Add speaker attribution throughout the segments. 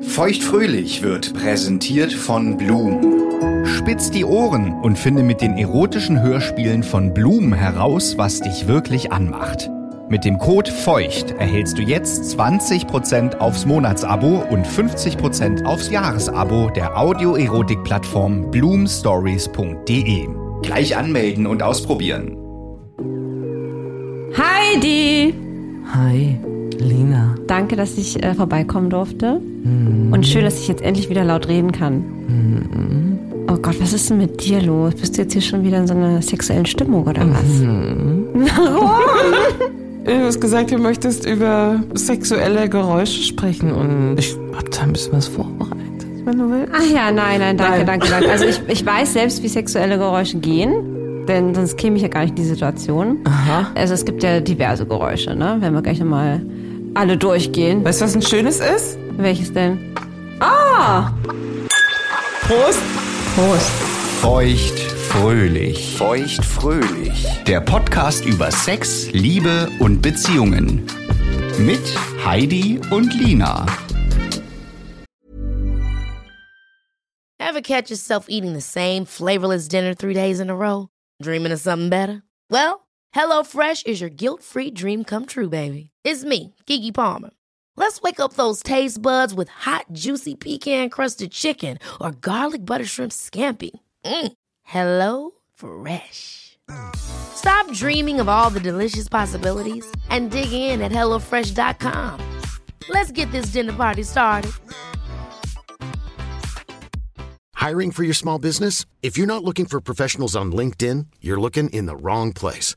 Speaker 1: Feuchtfröhlich wird präsentiert von Blum. Spitz die Ohren und finde mit den erotischen Hörspielen von Blum heraus, was dich wirklich anmacht. Mit dem Code FEUCHT erhältst du jetzt 20% aufs Monatsabo und 50% aufs Jahresabo der Audioerotik-Plattform bloomstories.de. E. Gleich anmelden und ausprobieren.
Speaker 2: Heidi!
Speaker 3: Hi, Lina.
Speaker 2: Danke, dass ich äh, vorbeikommen durfte.
Speaker 3: Mhm.
Speaker 2: Und schön, dass ich jetzt endlich wieder laut reden kann.
Speaker 3: Mhm.
Speaker 2: Oh Gott, was ist denn mit dir los? Bist du jetzt hier schon wieder in so einer sexuellen Stimmung oder was?
Speaker 3: Mhm. Du hast gesagt, du möchtest über sexuelle Geräusche sprechen und ich hab da ein bisschen was vorbereitet, wenn du willst.
Speaker 2: Ach ja, nein, nein, danke,
Speaker 3: Nein.
Speaker 2: danke, danke. Also ich, ich weiß selbst, wie sexuelle Geräusche gehen, denn sonst käme ich ja gar nicht in die Situation.
Speaker 3: Aha.
Speaker 2: Also es gibt ja diverse Geräusche, ne? Wenn wir gleich nochmal alle durchgehen.
Speaker 3: Weißt du, was ein schönes ist?
Speaker 2: Welches denn?
Speaker 3: Prost! Prost!
Speaker 1: Feuchtfröhlich. Feuchtfröhlich. Der Podcast über Sex, Liebe und Beziehungen. Mit Heidi und Lina.
Speaker 4: Ever catch yourself eating the same flavorless dinner three days in a row? Dreaming of something better? Well, HelloFresh is your guilt-free dream come true, baby. It's me, Kiki Palmer. Let's wake up those taste buds with hot, juicy pecan-crusted chicken or garlic butter shrimp scampi. Mm. Hello Fresh. Stop dreaming of all the delicious possibilities and dig in at HelloFresh.com. Let's get this dinner party started.
Speaker 5: Hiring for your small business? If you're not looking for professionals on LinkedIn, you're looking in the wrong place.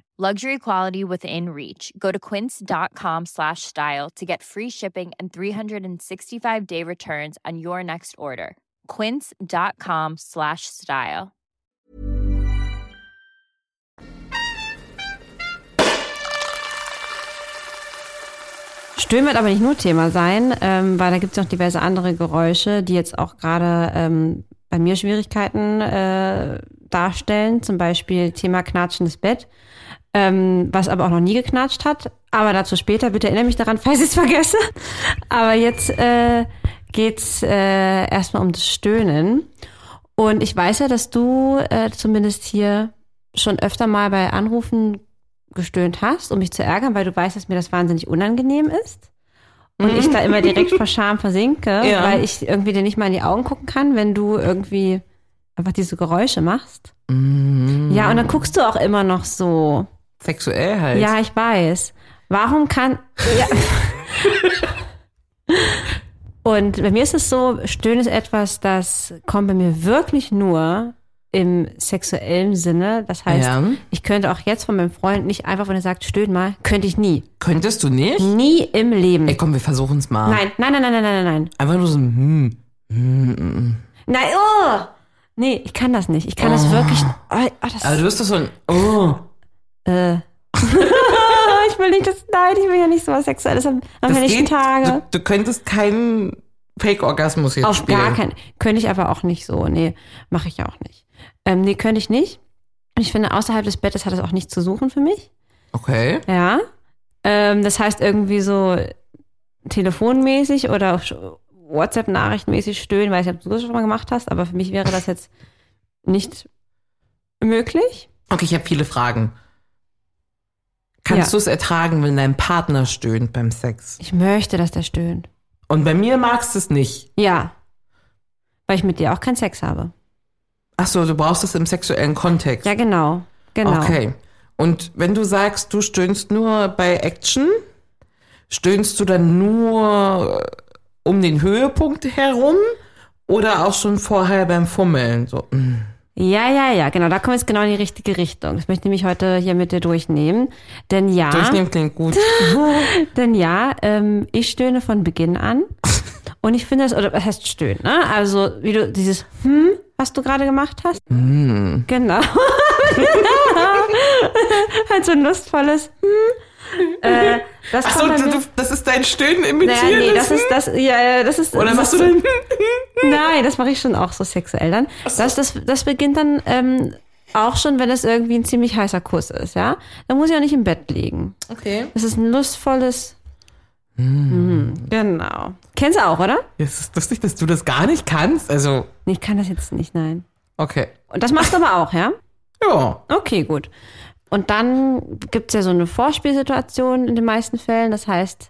Speaker 6: Luxury quality within reach. Go to quince.com slash style to get free shipping and 365 day returns on your next order. Quince.com slash style.
Speaker 2: Stöhnen wird aber nicht nur Thema sein, ähm, weil da gibt es noch diverse andere Geräusche, die jetzt auch gerade ähm, bei mir Schwierigkeiten äh, darstellen. Zum Beispiel Thema knatschendes Bett, ähm, was aber auch noch nie geknatscht hat. Aber dazu später, bitte erinnere mich daran, falls ich es vergesse. Aber jetzt äh, geht's äh, erstmal um das Stöhnen. Und ich weiß ja, dass du äh, zumindest hier schon öfter mal bei Anrufen gestöhnt hast, um mich zu ärgern, weil du weißt, dass mir das wahnsinnig unangenehm ist. Und ich da immer direkt vor Scham versinke,
Speaker 3: Ja.
Speaker 2: weil ich irgendwie dir nicht mal in die Augen gucken kann, wenn du irgendwie einfach diese Geräusche machst. Ja, und dann guckst du auch immer noch so.
Speaker 3: Sexuell halt.
Speaker 2: Ja, ich weiß. Warum kann. Ja. Und bei mir ist es so, Stöhnen ist etwas, das kommt bei mir wirklich nur im sexuellen Sinne. Das heißt,
Speaker 3: Ja.
Speaker 2: ich könnte auch jetzt von meinem Freund nicht einfach, wenn er sagt, stöhn mal, könnte ich nie.
Speaker 3: Könntest du nicht?
Speaker 2: Nie im Leben.
Speaker 3: Ey, komm, wir versuchen's mal.
Speaker 2: Nein, nein, nein, nein, nein, nein, nein.
Speaker 3: Einfach nur so ein Hm.
Speaker 2: Nein, oh! Nee, ich kann das nicht. Ich kann das wirklich. Oh, oh, das, äh.
Speaker 3: Aber du bist doch so ein Oh.
Speaker 2: ich will nicht, das, nein, ich will ja nicht so was Sexuelles am, am
Speaker 3: Das
Speaker 2: nächsten
Speaker 3: geht.
Speaker 2: Tage.
Speaker 3: Du, du könntest keinen Fake-Orgasmus jetzt
Speaker 2: Auf
Speaker 3: spielen.
Speaker 2: gar keinen. Könnte ich aber auch nicht so. Nee, mache ich auch nicht. Ähm, nee, könnte ich nicht. Und ich finde, außerhalb des Bettes hat es auch nichts zu suchen für mich.
Speaker 3: Okay.
Speaker 2: Ja. Ähm, das heißt, irgendwie so telefonmäßig oder auch sch- WhatsApp-Nachrichtenmäßig stöhnen, weil ich ob du das schon mal gemacht hast, aber für mich wäre das jetzt nicht möglich.
Speaker 3: Okay, ich habe viele Fragen. Kannst
Speaker 2: Ja.
Speaker 3: du es ertragen, wenn dein Partner stöhnt beim Sex?
Speaker 2: Ich möchte, dass der stöhnt.
Speaker 3: Und bei mir magst du es nicht.
Speaker 2: Ja. Weil ich mit dir auch keinen Sex habe.
Speaker 3: Ach so, du brauchst es im sexuellen Kontext.
Speaker 2: Ja, genau. Genau.
Speaker 3: Okay. Und wenn du sagst, du stöhnst nur bei Action, stöhnst du dann nur äh, um den Höhepunkt herum oder auch schon vorher beim Fummeln? So, mm.
Speaker 2: Ja, ja, ja, genau. Da kommen wir jetzt genau in die richtige Richtung. Das möchte ich mich heute hier mit dir durchnehmen. Denn ja,
Speaker 3: Durchnehmen klingt gut.
Speaker 2: denn ja, ähm, ich stöhne von Beginn an. Und ich finde das, oder was heißt stöhnen, ne? Also, wie du dieses Hm, was du gerade gemacht hast.
Speaker 3: Hm.
Speaker 2: Genau. halt so ein lustvolles Hm. Äh, das
Speaker 3: Achso,
Speaker 2: kommt bei
Speaker 3: du,
Speaker 2: mir-
Speaker 3: du, das ist dein Stöhnen
Speaker 2: naja,
Speaker 3: imitieren?
Speaker 2: nee, das ist das, ja, ja, das ist.
Speaker 3: Hm? Oder
Speaker 2: das
Speaker 3: machst du
Speaker 2: ist-
Speaker 3: denn?
Speaker 2: Nein, das mache ich schon auch so sexuell dann. Das, das, das beginnt dann ähm, auch schon, wenn es irgendwie ein ziemlich heißer Kuss ist, ja? Dann muss ich auch nicht im Bett liegen.
Speaker 3: Okay.
Speaker 2: Das ist ein lustvolles. Mhm, genau. Kennst du auch, oder?
Speaker 3: Es ist lustig, dass du das gar nicht kannst. Also,
Speaker 2: Nee, Ich kann das jetzt nicht, nein.
Speaker 3: okay.
Speaker 2: Und das machst du aber auch, ja?
Speaker 3: Ja.
Speaker 2: Okay, gut. Und dann gibt's ja so eine Vorspielsituation in den meisten Fällen. Das heißt,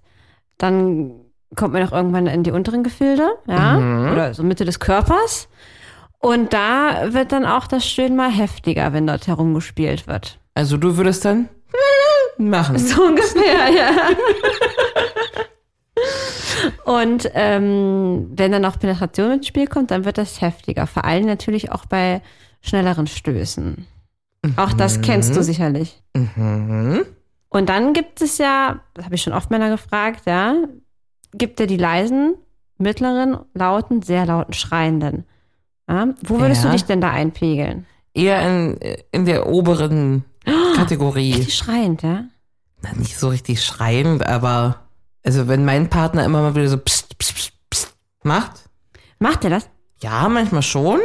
Speaker 2: dann kommt man auch irgendwann in die unteren Gefilde, ja, oder so Mitte des Körpers. Und da wird dann auch das Stöhnen mal heftiger, wenn dort herumgespielt wird.
Speaker 3: Also, du würdest dann machen.
Speaker 2: So ungefähr, ja. Und ähm, wenn dann auch Penetration ins Spiel kommt, dann wird das heftiger. Vor allem natürlich auch bei schnelleren Stößen. Auch das kennst du sicherlich. Und dann gibt es ja, das habe ich schon oft Männer gefragt, ja, gibt ja die leisen, mittleren, lauten, sehr lauten, schreienden. Ja, wo würdest
Speaker 3: Ja.
Speaker 2: du dich denn da einpegeln?
Speaker 3: Eher in, in der oberen Kategorie.
Speaker 2: Richtig schreiend, ja?
Speaker 3: Na, nicht so richtig schreiend, aber also wenn mein Partner immer mal wieder so pst, pst, pst, pst macht,
Speaker 2: Macht ihr das?
Speaker 3: ja, manchmal schon.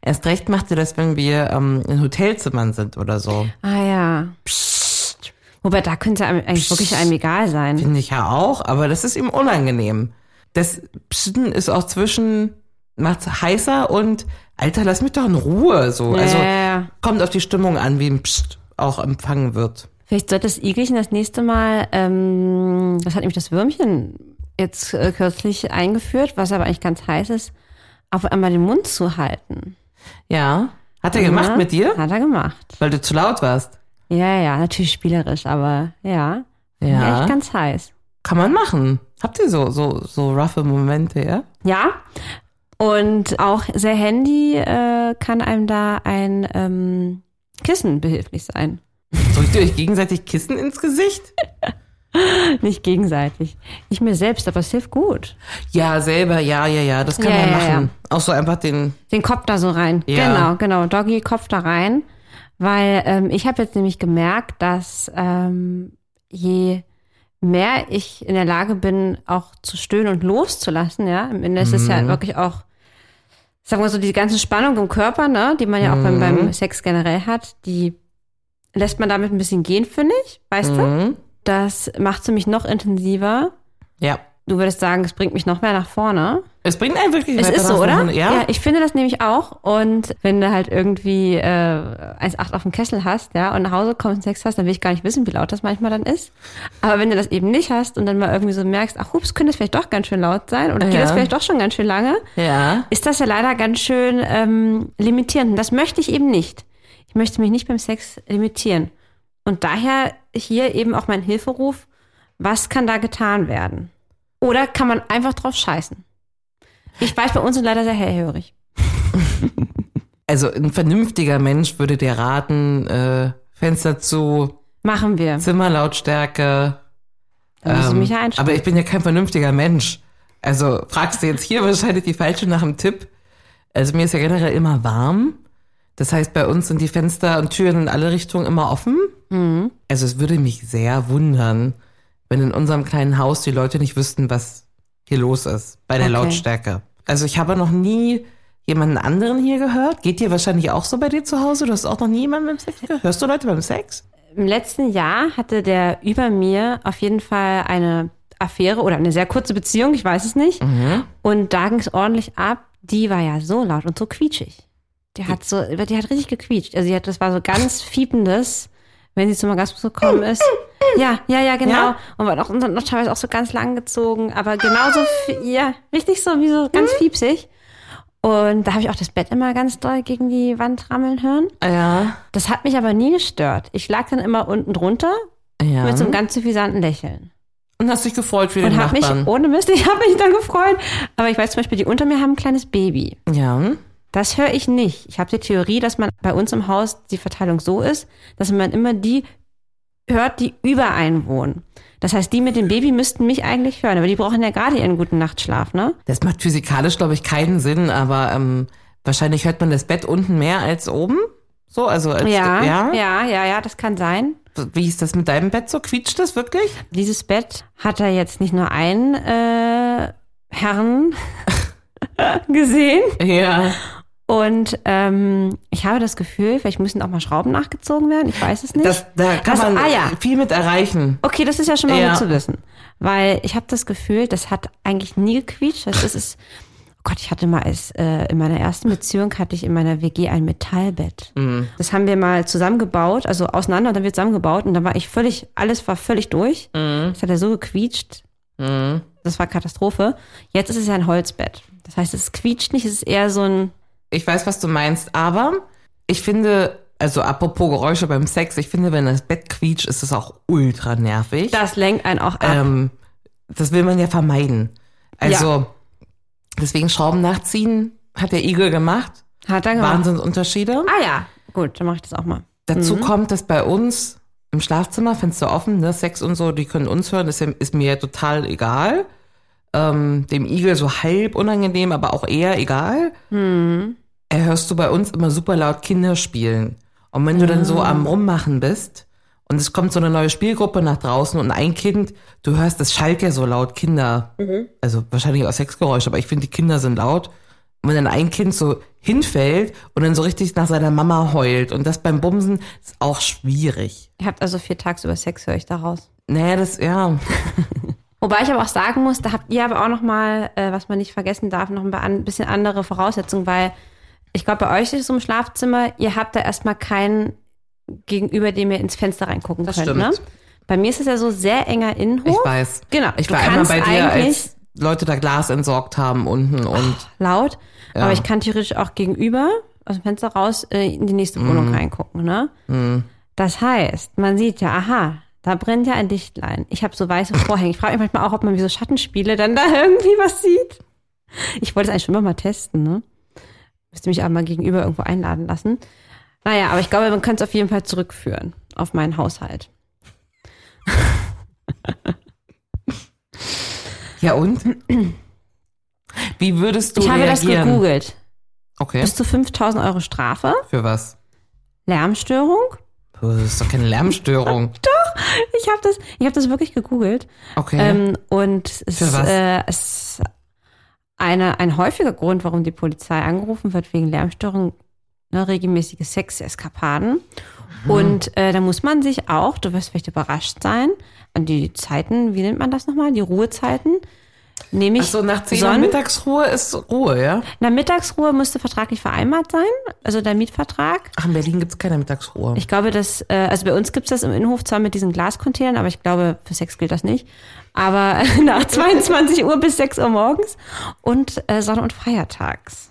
Speaker 3: Erst recht macht er das, wenn wir ähm, in Hotelzimmern sind oder so.
Speaker 2: Ah ja. Wobei, da könnte einem eigentlich wirklich einem egal sein.
Speaker 3: Finde ich ja auch, aber das ist ihm unangenehm. Das Psten ist auch zwischen, macht's heißer und Alter, lass mich doch in Ruhe. So. Also
Speaker 2: Ja.
Speaker 3: kommt auf die Stimmung an, wie ein Pst auch empfangen wird.
Speaker 2: Vielleicht sollte das Igelchen das nächste Mal, ähm, das hat nämlich das Würmchen jetzt äh, kürzlich eingeführt, was aber eigentlich ganz heiß ist, auf einmal den Mund zu halten.
Speaker 3: Ja. Hat er gemacht
Speaker 2: Ja, Mhm.
Speaker 3: mit dir?
Speaker 2: Hat er gemacht.
Speaker 3: Weil du zu laut warst.
Speaker 2: Ja, ja, natürlich spielerisch, aber ja. Ja. Echt ganz heiß.
Speaker 3: Kann man machen. Habt ihr so, so, so roughe Momente, ja?
Speaker 2: Ja. Und auch sehr handy äh, kann einem da ein ähm, Kissen behilflich sein.
Speaker 3: Drückt ihr euch gegenseitig Kissen ins Gesicht?
Speaker 2: Nicht gegenseitig. Ich mir selbst, aber es hilft gut.
Speaker 3: Ja, selber, ja, ja, ja, das kann
Speaker 2: Ja,
Speaker 3: man
Speaker 2: ja,
Speaker 3: machen. Auch so einfach den,
Speaker 2: Den Kopf da so rein.
Speaker 3: Ja.
Speaker 2: Genau, genau. Doggy, Kopf da rein. Weil ähm, ich habe jetzt nämlich gemerkt, dass ähm, je mehr ich in der Lage bin, auch zu stöhnen und loszulassen, ja, im Ende ist es ja wirklich auch, sagen wir so, die ganze Spannung im Körper, ne, die man ja auch beim, beim Sex generell hat, die lässt man damit ein bisschen gehen, finde ich, weißt du? Das macht für mich noch intensiver.
Speaker 3: ja.
Speaker 2: Du würdest sagen, es bringt mich noch mehr nach vorne.
Speaker 3: Es bringt einen wirklich
Speaker 2: Es
Speaker 3: weiter
Speaker 2: ist
Speaker 3: nach
Speaker 2: so, oder?
Speaker 3: vorne. Ja.
Speaker 2: ich finde das nämlich auch. Und wenn du halt irgendwie äh, 1,8 auf dem Kessel hast, ja, und nach Hause kommst und Sex hast, dann will ich gar nicht wissen, wie laut das manchmal dann ist. Aber wenn du das eben nicht hast und dann mal irgendwie so merkst, ach, ups, könnte das vielleicht doch ganz schön laut sein oder
Speaker 3: Ja.
Speaker 2: geht das vielleicht doch schon ganz schön lange,
Speaker 3: ja.
Speaker 2: ist das ja leider ganz schön ähm, limitierend. Und das möchte ich eben nicht. Ich möchte mich nicht beim Sex limitieren. Und daher hier eben auch mein Hilferuf, was kann da getan werden? Oder kann man einfach drauf scheißen? Ich weiß, bei uns sind leider sehr hellhörig.
Speaker 3: Also ein vernünftiger Mensch würde dir raten, äh, Fenster zu,
Speaker 2: Machen wir.
Speaker 3: Zimmerlautstärke.
Speaker 2: Da muss ich mich ja einschränken.
Speaker 3: Ähm, aber ich bin ja kein vernünftiger Mensch. Also fragst du jetzt hier wahrscheinlich die falsche nach dem Tipp. Also mir ist ja generell immer warm. Das heißt, bei uns sind die Fenster und Türen in alle Richtungen immer offen.
Speaker 2: Mhm.
Speaker 3: Also es würde mich sehr wundern, wenn in unserem kleinen Haus die Leute nicht wüssten, was hier los ist bei der
Speaker 2: Okay.
Speaker 3: Lautstärke. Also ich habe noch nie jemanden anderen hier gehört. Geht dir wahrscheinlich auch so bei dir zu Hause? Du hast auch noch nie jemanden beim Sex gehört? Hörst du Leute beim Sex?
Speaker 2: Im letzten Jahr hatte der über mir auf jeden Fall eine Affäre oder eine sehr kurze Beziehung, ich weiß es nicht. Und da ging es ordentlich ab. Die war ja so laut und so quietschig. Die hat so, die hat richtig gequietscht. Also die hat, das war so ganz fiependes, wenn sie zum Orgasmus gekommen ist. Ja, ja, ja, genau.
Speaker 3: Ja?
Speaker 2: Und war noch, und noch teilweise auch so ganz lang gezogen, aber genauso, fi- ja, richtig so, wie so ganz fiepsig. Und da habe ich auch das Bett immer ganz doll gegen die Wand rammeln hören.
Speaker 3: Ja.
Speaker 2: Das hat mich aber nie gestört. Ich lag dann immer unten drunter
Speaker 3: ja.
Speaker 2: mit so einem ganz suffisanten Lächeln.
Speaker 3: und hast dich gefreut für den
Speaker 2: Und habe mich,
Speaker 3: Nachbarn.
Speaker 2: ohne Mist, ich habe mich dann gefreut. Aber ich weiß zum Beispiel, die unter mir haben ein kleines Baby.
Speaker 3: ja.
Speaker 2: Das höre ich nicht. Ich habe die Theorie, dass man bei uns im Haus die Verteilung so ist, dass man immer die hört, die über einen wohnen. Das heißt, die mit dem Baby müssten mich eigentlich hören, aber die brauchen ja gerade ihren guten Nachtschlaf, ne?
Speaker 3: Das macht physikalisch, glaube ich, keinen Sinn, aber ähm, wahrscheinlich hört man das Bett unten mehr als oben. So, also als,
Speaker 2: ja, ja, ja, ja, das kann sein.
Speaker 3: Wie ist das mit deinem Bett so? Quietscht das wirklich?
Speaker 2: Dieses Bett hat er jetzt nicht nur einen äh, Herrn gesehen.
Speaker 3: Ja.
Speaker 2: Und ähm, ich habe das Gefühl, vielleicht müssen auch mal Schrauben nachgezogen werden. Ich weiß es nicht.
Speaker 3: Das, da kann
Speaker 2: Das-
Speaker 3: man
Speaker 2: ah, ja.
Speaker 3: viel mit erreichen.
Speaker 2: Okay, das ist ja schon mal
Speaker 3: Ja.
Speaker 2: gut zu wissen. Weil ich habe das Gefühl, das hat eigentlich nie gequietscht. Das ist, ist oh Gott, ich hatte mal als, äh, in meiner ersten Beziehung hatte ich in meiner WG ein Metallbett.
Speaker 3: Mhm.
Speaker 2: Das haben wir mal zusammengebaut, also auseinander und dann wird zusammengebaut und dann war ich völlig, alles war völlig durch.
Speaker 3: Mhm.
Speaker 2: Das hat ja so gequietscht. Das war Katastrophe. Jetzt ist es ja ein Holzbett. Das heißt, es quietscht nicht, es ist eher so ein,
Speaker 3: Ich weiß, was du meinst, aber ich finde, also apropos Geräusche beim Sex, ich finde, wenn das Bett quietscht, ist es auch ultra nervig.
Speaker 2: das lenkt einen auch ab.
Speaker 3: ähm, das will man ja vermeiden. Also deswegen Schrauben nachziehen hat der Igel gemacht.
Speaker 2: Hat er gemacht.
Speaker 3: Wahnsinnsunterschiede.
Speaker 2: Ah ja, gut, dann mache ich das auch mal.
Speaker 3: Dazu kommt, dass bei uns im Schlafzimmer, Fenster offen, ne, Sex und so, die können uns hören, das ist ja- ist mir total egal. Ähm, dem Igel so halb unangenehm, aber auch eher egal. Er hörst du bei uns immer super laut Kinder spielen. Und wenn du dann so am Rummachen bist und es kommt so eine neue Spielgruppe nach draußen und ein Kind, du hörst, das schallt ja so laut Kinder.
Speaker 2: Mhm.
Speaker 3: Also wahrscheinlich auch Sexgeräusche, aber ich finde, die Kinder sind laut. Und wenn dann ein Kind so hinfällt und dann so richtig nach seiner Mama heult und das beim Bumsen ist auch schwierig.
Speaker 2: Ihr habt also vier tagsüber Sex, höre ich daraus.
Speaker 3: Naja, das, ja.
Speaker 2: Wobei ich aber auch sagen muss, da habt ihr aber auch noch mal, äh, was man nicht vergessen darf, noch ein ba- an- bisschen andere Voraussetzungen, weil ich glaube, bei euch ist es im Schlafzimmer, ihr habt da erstmal keinen gegenüber, dem ihr ins Fenster reingucken
Speaker 3: Das
Speaker 2: könnt.
Speaker 3: stimmt.
Speaker 2: Ne? Bei mir ist es ja so sehr enger Innenhof.
Speaker 3: Ich weiß.
Speaker 2: Genau,
Speaker 3: Ich
Speaker 2: du
Speaker 3: war einmal
Speaker 2: kannst
Speaker 3: bei dir,
Speaker 2: eigentlich-
Speaker 3: als Leute da Glas entsorgt haben unten und
Speaker 2: laut,
Speaker 3: Ja.
Speaker 2: aber ich kann theoretisch auch gegenüber aus dem Fenster raus äh, in die nächste Wohnung reingucken. Ne? Das heißt, man sieht ja, aha, da brennt ja ein Lichtlein. Ich habe so weiße Vorhänge. Ich frage mich manchmal auch, ob man wie so Schattenspiele dann da irgendwie was sieht. Ich wollte es eigentlich schon immer mal testen, ne? Müsste mich aber mal gegenüber irgendwo einladen lassen. Naja, aber ich glaube, man könnte es auf jeden Fall zurückführen auf meinen Haushalt.
Speaker 3: Ja und? Wie würdest du
Speaker 2: ich habe
Speaker 3: reagieren?
Speaker 2: das gegoogelt.
Speaker 3: Okay.
Speaker 2: Bis zu 5000 Euro Strafe,
Speaker 3: Für was?
Speaker 2: Lärmstörung.
Speaker 3: Das ist doch keine Lärmstörung.
Speaker 2: Ich habe das, ich habe das wirklich gegoogelt.
Speaker 3: Okay.
Speaker 2: Ähm, und es
Speaker 3: Mhm. Für
Speaker 2: ist,
Speaker 3: was?
Speaker 2: äh, es ist eine, ein häufiger Grund, warum die Polizei angerufen wird wegen Lärmstörung, ne, regelmäßige Sexeskapaden.
Speaker 3: Mhm.
Speaker 2: Und äh, da muss man sich auch, du wirst vielleicht überrascht sein, an die Zeiten, wie nennt man das nochmal, die Ruhezeiten, nehme ich
Speaker 3: Achso, Also nach 10 Uhr
Speaker 2: Sonnen-
Speaker 3: Mittagsruhe ist Ruhe, ja?
Speaker 2: Na, Mittagsruhe müsste vertraglich vereinbart sein, also der Mietvertrag.
Speaker 3: Ach, in Berlin gibt's keine Mittagsruhe.
Speaker 2: Ich glaube, dass, äh, also bei uns gibt's das im Innenhof zwar mit diesen Glascontainern, aber ich glaube, für Sex gilt das nicht. Aber nach 22 Uhr bis 6 Uhr morgens und äh, Sonne- und Feiertags.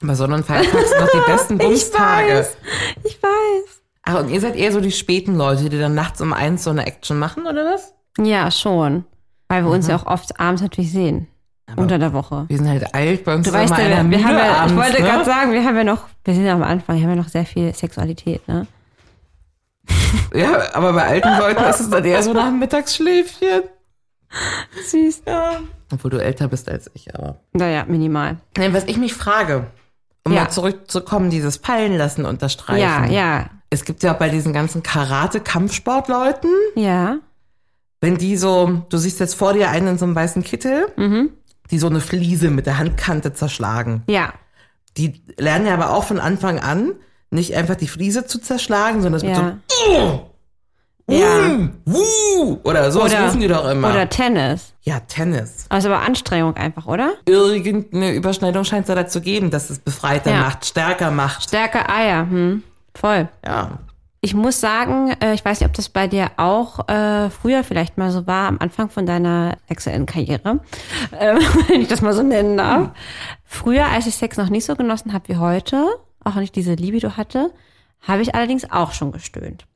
Speaker 3: Bei Sonnenfeiertag sind doch die besten Bumstage.
Speaker 2: Ich weiß.
Speaker 3: Ach, und ihr seid eher so die späten Leute, die dann nachts um eins so eine Action machen, oder was?
Speaker 2: Ja, schon. Weil wir uns ja auch oft abends natürlich sehen. unter der Woche.
Speaker 3: Wir sind halt alt, bei uns
Speaker 2: Du
Speaker 3: ist
Speaker 2: weißt
Speaker 3: immer
Speaker 2: ja, wir,
Speaker 3: einer
Speaker 2: wir haben
Speaker 3: müde
Speaker 2: ja, ich
Speaker 3: abends,
Speaker 2: wollte
Speaker 3: ne?
Speaker 2: gerade sagen, wir haben ja noch, wir sind ja am Anfang, wir haben ja noch sehr viel Sexualität, ne?
Speaker 3: Ja, aber bei alten Leuten ist es dann eher so nach dem Mittagsschläfchen.
Speaker 2: Süß.
Speaker 3: Obwohl du älter bist als ich, aber...
Speaker 2: Naja, minimal.
Speaker 3: Nein, was ich mich frage, um
Speaker 2: Ja.
Speaker 3: mal zurückzukommen, dieses Fallenlassen und das Streifen.
Speaker 2: Ja, ja,
Speaker 3: Es gibt ja auch bei diesen ganzen Karate-Kampfsportleuten,
Speaker 2: ja.
Speaker 3: wenn die so, du siehst jetzt vor dir einen in so einem weißen Kittel,
Speaker 2: Mhm.
Speaker 3: die so eine Fliese mit der Handkante zerschlagen.
Speaker 2: Ja,
Speaker 3: Die lernen ja aber auch von Anfang an, nicht einfach die Fliese zu zerschlagen, sondern es mit
Speaker 2: ja.
Speaker 3: so
Speaker 2: Ja.
Speaker 3: "Mm, wuh", oder so, das
Speaker 2: Oder-
Speaker 3: rufen die doch immer.
Speaker 2: Oder Tennis.
Speaker 3: ja, Tennis.
Speaker 2: Also aber Anstrengung einfach, oder?
Speaker 3: Irgendeine Überschneidung scheint es da zu geben, dass es befreiter
Speaker 2: Ja.
Speaker 3: macht, stärker macht.
Speaker 2: Stärke Eier, hm. Voll.
Speaker 3: ja.
Speaker 2: Ich muss sagen, äh, ich weiß nicht, ob das bei dir auch äh, früher vielleicht mal so war, am Anfang von deiner sexuellen Karriere, ähm, wenn ich das mal so nennen darf. Früher, als ich Sex noch nicht so genossen habe wie heute, auch nicht diese Libido hatte, habe ich allerdings auch schon gestöhnt.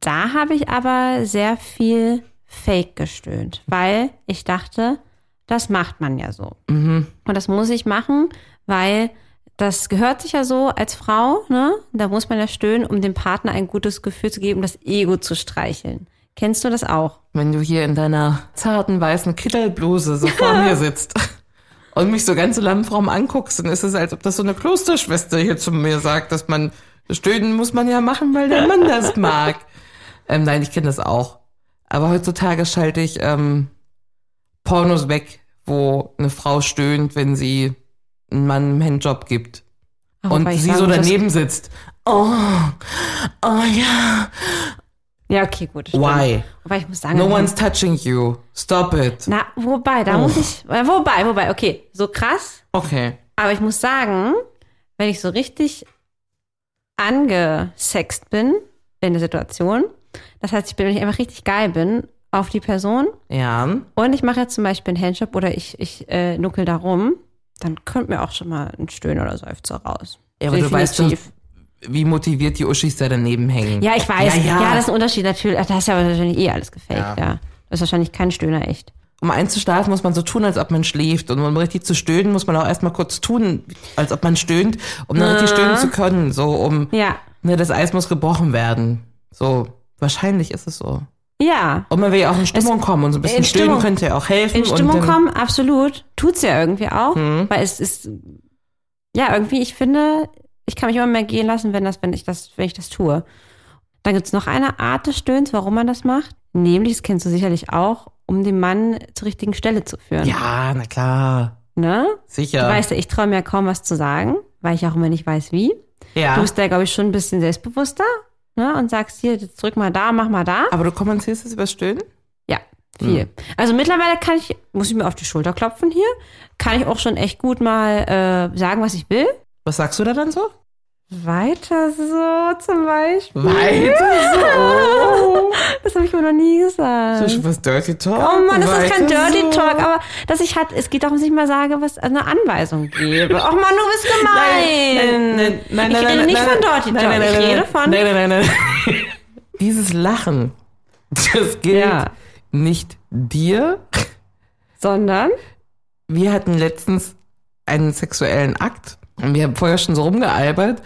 Speaker 2: Da habe ich aber sehr viel Fake gestöhnt, weil ich dachte, das macht man ja so. Und das muss ich machen, weil das gehört sich ja so als Frau, ne? Da muss man ja stöhnen, um dem Partner ein gutes Gefühl zu geben, um das Ego zu streicheln. Kennst du das auch?
Speaker 3: Wenn du hier in deiner zarten weißen Kittelbluse so vor mir sitzt und mich so ganz lammfraum anguckst, dann ist es, als ob das so eine Klosterschwester hier zu mir sagt, dass man stöhnen muss man ja machen, weil der Mann das mag. Ähm, nein, ich kenne das auch. Aber heutzutage schalte ich ähm, Pornos weg, wo eine Frau stöhnt, wenn sie einen Mann einen Handjob gibt.
Speaker 2: Ach,
Speaker 3: und
Speaker 2: wobei Oh, ich
Speaker 3: sie
Speaker 2: sagen
Speaker 3: so
Speaker 2: muss, dass-
Speaker 3: daneben sitzt. Oh, oh ja.
Speaker 2: Ja, okay, gut. stimmt.
Speaker 3: Why?
Speaker 2: Wobei ich muss sagen,
Speaker 3: No one's Oh. touching you. Stop it.
Speaker 2: na, wobei, da muss ich, äh, wobei, wobei, okay, so krass,
Speaker 3: Okay.
Speaker 2: Aber ich muss sagen, wenn ich so richtig angesext bin in der Situation, das heißt, ich bin, wenn ich einfach richtig geil bin auf die Person
Speaker 3: Ja.
Speaker 2: und ich mache jetzt zum Beispiel einen Handshop oder ich, ich äh, nuckel da rum, dann kommt mir auch schon mal ein Stöhnen oder Seufzer raus.
Speaker 3: Ja, aber du weißt doch,
Speaker 2: Definitiv.
Speaker 3: wie motiviert die Uschis da daneben hängen.
Speaker 2: Ja, ich weiß.
Speaker 3: Ja,
Speaker 2: Ja,
Speaker 3: ja.
Speaker 2: das ist ein Unterschied natürlich. Ach, Das ist ja wahrscheinlich eh alles gefaked, ja. Das ist wahrscheinlich kein Stöhner echt.
Speaker 3: Um einzuschlafen, muss man so tun, als ob man schläft. Und um richtig zu stöhnen, muss man auch erstmal kurz tun, als ob man stöhnt, um dann richtig stöhnen zu können. So, um,
Speaker 2: Ja.
Speaker 3: ne, das Eis muss gebrochen werden. So, wahrscheinlich ist es so.
Speaker 2: Ja.
Speaker 3: Und man will ja auch in Stimmung kommen und so ein bisschen
Speaker 2: in
Speaker 3: stöhnen
Speaker 2: Stimmung-
Speaker 3: könnte ja auch helfen.
Speaker 2: in Stimmung
Speaker 3: Hm, und dann, Hm.
Speaker 2: kommen, absolut. Tut's ja irgendwie auch, weil es ist ja irgendwie, ich finde, ich kann mich immer mehr gehen lassen, wenn das, wenn ich das, wenn ich das tue. Dann gibt's noch eine Art des Stöhns, warum man das macht, nämlich, das kennst du sicherlich auch, um den Mann zur richtigen Stelle zu führen.
Speaker 3: Ja, na klar.
Speaker 2: Ne?
Speaker 3: Sicher.
Speaker 2: Du weißt ja, ich traue mir ja kaum was zu sagen, weil ich auch immer nicht weiß, wie.
Speaker 3: ja.
Speaker 2: Du bist da, glaube ich, schon ein bisschen selbstbewusster ne? und sagst hier, jetzt drück mal da, mach mal da.
Speaker 3: aber du kommentierst es über Stöhnen?
Speaker 2: Ja,
Speaker 3: Mhm.
Speaker 2: viel. Also mittlerweile kann ich, muss ich mir auf die Schulter klopfen hier, kann ich auch schon echt gut mal äh, sagen, was ich will.
Speaker 3: Was sagst du da dann so?
Speaker 2: Weiter so zum Beispiel.
Speaker 3: Weiter so.
Speaker 2: Das habe ich mir noch nie
Speaker 3: Das
Speaker 2: gesagt.
Speaker 3: ist was Dirty Talk.
Speaker 2: Oh Mann, das ist kein
Speaker 3: Weiter
Speaker 2: Dirty
Speaker 3: so.
Speaker 2: Talk, aber dass ich halt, es geht darum, dass ich mal sage, was also eine Anweisung gebe. Och Mann, du bist gemein.
Speaker 3: Nein, nein, nein,
Speaker 2: ich
Speaker 3: nein,
Speaker 2: rede
Speaker 3: nein,
Speaker 2: nicht
Speaker 3: nein,
Speaker 2: von Dirty Talk,
Speaker 3: nein, nein,
Speaker 2: ich
Speaker 3: nein,
Speaker 2: rede
Speaker 3: nein.
Speaker 2: von...
Speaker 3: Nein, nein, nein, nein. Dieses Lachen, das gilt
Speaker 2: Ja.
Speaker 3: nicht dir.
Speaker 2: Sondern?
Speaker 3: Wir hatten letztens einen sexuellen Akt und wir haben vorher schon so rumgealbert.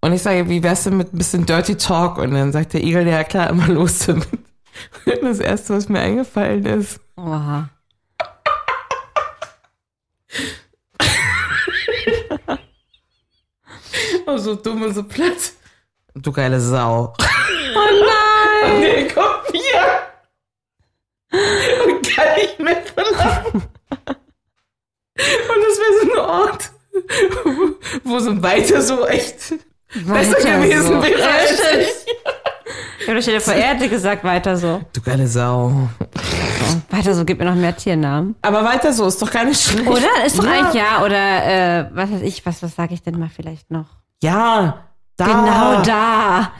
Speaker 3: Und ich sage, wie wär's denn mit ein bisschen Dirty Talk? Und dann sagt der Igel, ja klar, immer los damit. Und das Erste, was mir eingefallen ist,
Speaker 2: Oha.
Speaker 3: Oh, so dumm und so platt. Du geile Sau. Oh nein! Nee, komm hier! Und kann nicht mehr verlassen. Und das wäre so ein Ort, wo so ein Weiter so echt besser
Speaker 2: Weiter
Speaker 3: gewesen
Speaker 2: so.
Speaker 3: wäre.
Speaker 2: Ja,
Speaker 3: als
Speaker 2: stimmt.
Speaker 3: ich.
Speaker 2: Ich habe dir vor Erde gesagt, weiter so.
Speaker 3: Du geile Sau.
Speaker 2: Weiter so, gib mir noch mehr Tiernamen.
Speaker 3: Aber weiter so ist doch gar nicht schlecht.
Speaker 2: Oder? Ist doch eigentlich ja. Oder äh, was weiß ich, was, was sage ich denn mal vielleicht noch?
Speaker 3: Ja, da.
Speaker 2: Genau da.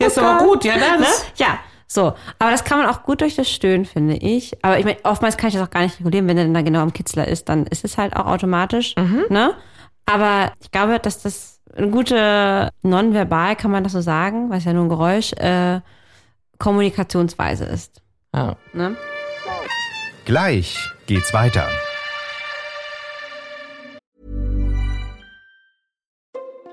Speaker 3: Ja, ist aber gut, ja, ne? na, das.
Speaker 2: Ne? Ja, so. Aber das kann man auch gut durch das Stöhnen, finde ich. Aber ich meine, oftmals kann ich das auch gar nicht regulieren, wenn er dann da genau am Kitzler ist, dann ist es halt auch automatisch.
Speaker 3: Mhm.
Speaker 2: Ne? Aber ich glaube, dass das eine gute, nonverbal kann man das so sagen, weil es ja nur ein Geräusch, äh, Kommunikationsweise ist.
Speaker 3: Ja.
Speaker 2: Ne?
Speaker 1: Gleich geht's weiter.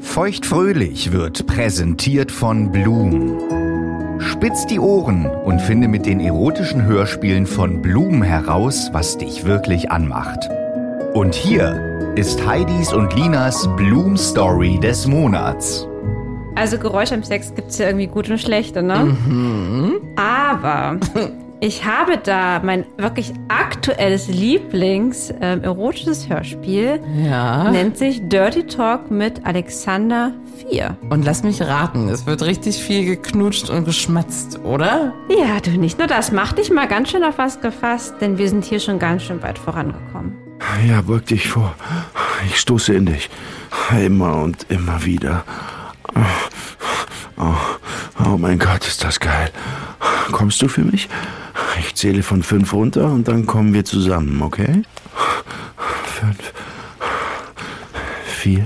Speaker 1: Feuchtfröhlich wird präsentiert von Bloom. Spitz die Ohren und finde mit den erotischen Hörspielen von Bloom heraus, was dich wirklich anmacht. Und hier ist Heidis und Linas Bloom Story des Monats.
Speaker 2: Also Geräusche im Sex gibt es ja irgendwie gut und schlechte, ne? Aber ich habe da mein wirklich aktuelles Lieblings ähm, erotisches Hörspiel.
Speaker 3: Ja.
Speaker 2: Nennt sich Dirty Talk mit Alexander 4.
Speaker 3: Und lass mich raten, es wird richtig viel geknutscht und geschmatzt, oder?
Speaker 2: Ja, du nicht nur das. Mach dich mal ganz schön auf was gefasst, denn wir sind hier schon ganz schön weit vorangekommen.
Speaker 7: Ja, beug dich vor. Ich stoße in dich. Immer und immer wieder. Oh, oh mein Gott, ist das geil. Kommst du für mich? Ich zähle von fünf runter und dann kommen wir zusammen, okay? Fünf. Vier.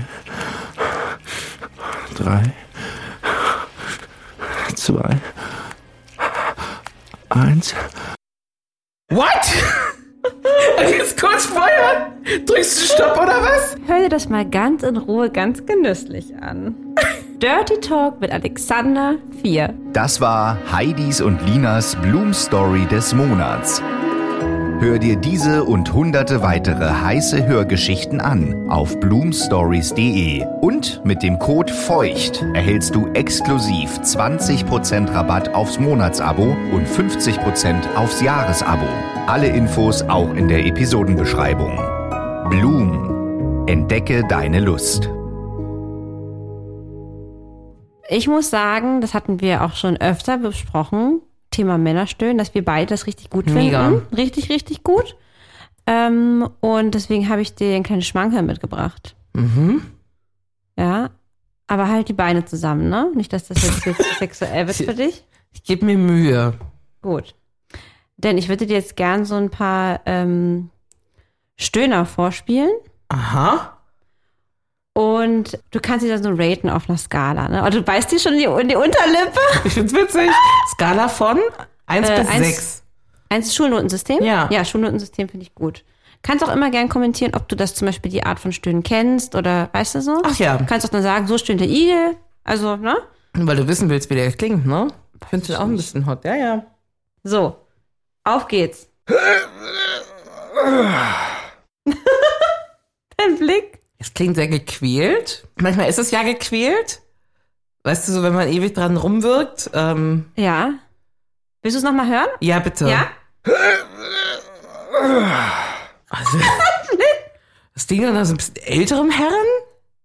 Speaker 7: Drei. Zwei. Eins.
Speaker 3: What? Jetzt kurz vorher? Drückst du Stopp oder was?
Speaker 2: Hör dir das mal ganz in Ruhe, ganz genüsslich an. Dirty Talk mit Alexander 4.
Speaker 1: Das war Heidis und Linas Bloom Story des Monats. Hör dir diese und hunderte weitere heiße Hörgeschichten an auf bloomstories.de und mit dem Code FEUCHT erhältst du exklusiv 20% Rabatt aufs Monatsabo und 50% aufs Jahresabo. Alle Infos auch in der Episodenbeschreibung. Bloom. Entdecke deine Lust.
Speaker 2: Ich muss sagen, das hatten wir auch schon öfter besprochen, Thema Männerstöhnen, dass wir beide das richtig gut finden.
Speaker 3: Mega.
Speaker 2: Richtig, richtig gut. Ähm, und deswegen habe ich dir einen kleinen Schmankerl mitgebracht. Mhm. Ja, aber halt die Beine zusammen, ne? Nicht, dass das jetzt, jetzt sexuell wird für dich.
Speaker 3: Ich gebe mir Mühe.
Speaker 2: Gut. Denn ich würde dir jetzt gern so ein paar ähm, Stöhner vorspielen.
Speaker 3: Aha.
Speaker 2: Und du kannst sie dann so raten auf einer Skala, ne? Oder du beißt dir schon in die, in die Unterlippe?
Speaker 3: Ich find's witzig. Skala von 1
Speaker 2: Äh,
Speaker 3: bis
Speaker 2: eins-
Speaker 3: 6.
Speaker 2: Eins Schulnotensystem?
Speaker 3: Ja.
Speaker 2: Ja, Schulnotensystem finde ich gut. Kannst auch immer gern kommentieren, ob du das zum Beispiel die Art von Stöhnen kennst oder weißt du so?
Speaker 3: Ach ja.
Speaker 2: Kannst auch dann sagen, so stöhnt der Igel. Also, ne?
Speaker 3: Weil du wissen willst, wie der klingt, ne? Ich finde den auch ein bisschen hot. Ja, ja.
Speaker 2: So, auf geht's. Dein Blick.
Speaker 3: Es klingt sehr gequält. Manchmal ist es ja gequält. Weißt du, so wenn man ewig dran rumwirkt. Ähm,
Speaker 2: Ja. Willst du es nochmal hören?
Speaker 3: ja, bitte.
Speaker 2: Ja?
Speaker 3: Also, das Ding an so ein bisschen älterem Herren,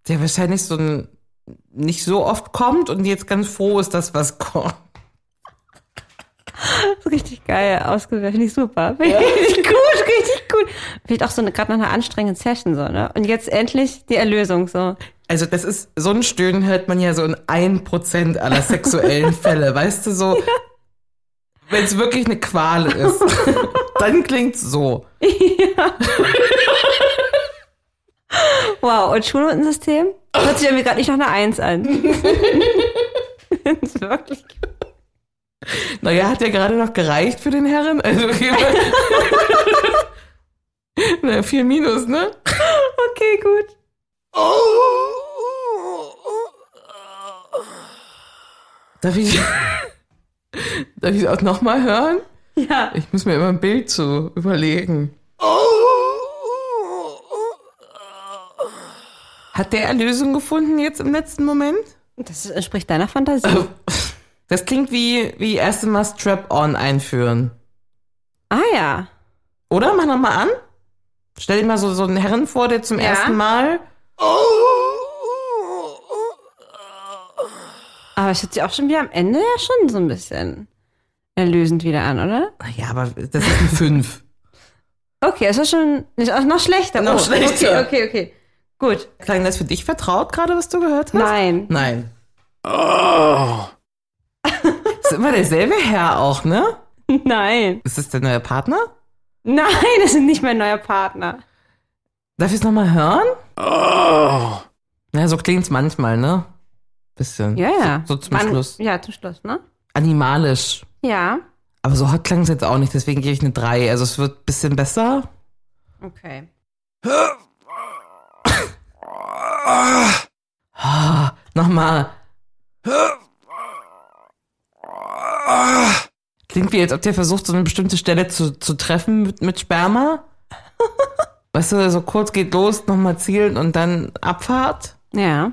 Speaker 3: der wahrscheinlich so ein, nicht so oft kommt und jetzt ganz froh ist, dass was kommt.
Speaker 2: Das ist richtig geil ausgewählt. Finde ich super. Finde ich gut, richtig gut. Vielleicht auch so eine, gerade nach einer anstrengenden Session, so, ne? Und jetzt endlich die Erlösung, so.
Speaker 3: Also das ist, so ein Stöhnen hört man ja so in 1% aller sexuellen Fälle, weißt du, so, wenn es wirklich eine Qual ist, dann klingt's so.
Speaker 2: Wow, und Schulnotensystem? Hört sich irgendwie gerade nicht nach einer Eins an. Das ist wirklich
Speaker 3: Naja, hat ja gerade noch gereicht für den Herren, also okay. Na, vier Minus, ne?
Speaker 2: okay, gut.
Speaker 3: Darf ich, darf ich auch nochmal hören?
Speaker 2: Ja.
Speaker 3: Ich muss mir immer ein Bild zu überlegen. Hat der Erlösung gefunden jetzt im letzten Moment?
Speaker 2: Das entspricht deiner Fantasie.
Speaker 3: Das klingt wie, wie erst einmal Strap-on einführen.
Speaker 2: Ah ja.
Speaker 3: Oder? Mach nochmal an. Stell dir mal so, so einen Herren vor, der zum
Speaker 2: Ja.
Speaker 3: ersten Mal.
Speaker 2: Aber es hört sich auch schon wieder am Ende ja schon so ein bisschen erlösend wieder an, oder?
Speaker 3: Ja, aber das ist ein Fünf.
Speaker 2: Okay, es ist schon nicht, auch noch schlechter. Oh,
Speaker 3: Noch schlechter.
Speaker 2: Okay, okay, okay. Gut.
Speaker 3: Klang das für dich vertraut gerade, was du gehört hast?
Speaker 2: Nein.
Speaker 3: Nein. Oh. ist immer derselbe Herr auch, ne?
Speaker 2: Nein.
Speaker 3: Ist das der neue Partner?
Speaker 2: Nein, das ist nicht mein neuer Partner.
Speaker 3: Darf ich es nochmal hören? Na, so klingt's manchmal, ne? Bisschen.
Speaker 2: Ja, ja.
Speaker 3: So, so zum
Speaker 2: Wann-
Speaker 3: Schluss.
Speaker 2: Ja, zum Schluss, ne?
Speaker 3: Animalisch.
Speaker 2: Ja.
Speaker 3: Aber so hot klang's jetzt auch nicht, deswegen gebe ich eine 3. Also es wird ein bisschen besser.
Speaker 2: Okay.
Speaker 3: Ah, Nochmal. Klingt wie, als ob der versucht, so eine bestimmte Stelle zu, zu treffen mit, mit Sperma. Weißt du, so kurz geht los, nochmal zielen und dann Abfahrt.
Speaker 2: Ja.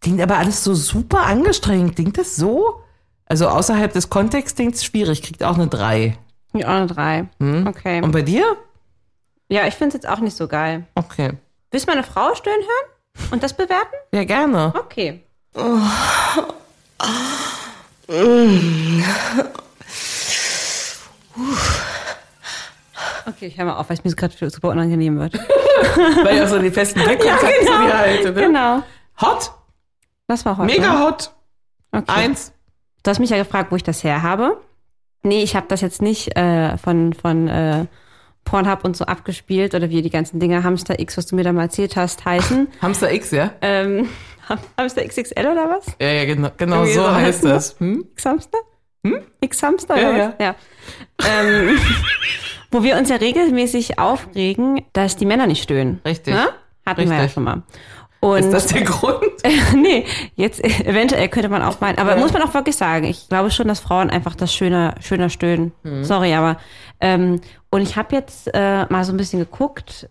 Speaker 3: Klingt aber alles so super angestrengt. Klingt das so? Also außerhalb des Kontexts klingt es schwierig. Kriegt auch eine 3.
Speaker 2: Ja, auch eine 3.
Speaker 3: Hm?
Speaker 2: Okay.
Speaker 3: Und bei dir?
Speaker 2: Ja, ich finde es jetzt auch nicht so geil.
Speaker 3: Okay.
Speaker 2: Willst du meine Frau stöhnen hören? Und das bewerten?
Speaker 3: Ja, gerne.
Speaker 2: Okay. Okay, ich höre mal auf, weil es mir gerade super unangenehm wird.
Speaker 3: Weil ja so die festen Deckkontakte ja, genau. ne?
Speaker 2: genau.
Speaker 3: Hot.
Speaker 2: Das war heute.
Speaker 3: Mega hot.
Speaker 2: Okay.
Speaker 3: Eins.
Speaker 2: Du hast mich ja gefragt, wo ich das her habe. Nee, ich habe das jetzt nicht äh, von, von äh, Pornhub und so abgespielt oder wie die ganzen Dinger Hamster X, was du mir da mal erzählt hast, heißen.
Speaker 3: Hamster X, ja?
Speaker 2: ähm, Ham- Hamster XXL oder was?
Speaker 3: Ja, ja, genau, genau
Speaker 2: Irgendwie
Speaker 3: so
Speaker 2: so
Speaker 3: heißt
Speaker 2: heißen
Speaker 3: das. Hm?
Speaker 2: X-Hamster? X-Hamster?
Speaker 3: Ja,
Speaker 2: oder
Speaker 3: Hm? ja.
Speaker 2: was? ja. ähm, wo wir uns ja regelmäßig aufregen, dass die Männer nicht stöhnen.
Speaker 3: Richtig.
Speaker 2: Ne? Hatten wir ja
Speaker 3: Richtig.
Speaker 2: schon mal. Und
Speaker 3: Ist das der Grund?
Speaker 2: nee, jetzt äh, eventuell könnte man auch meinen, aber muss man auch wirklich sagen, ich glaube schon, dass Frauen einfach das schöner, schöner stöhnen. Sorry, aber ähm, und ich habe jetzt äh, mal so ein bisschen geguckt,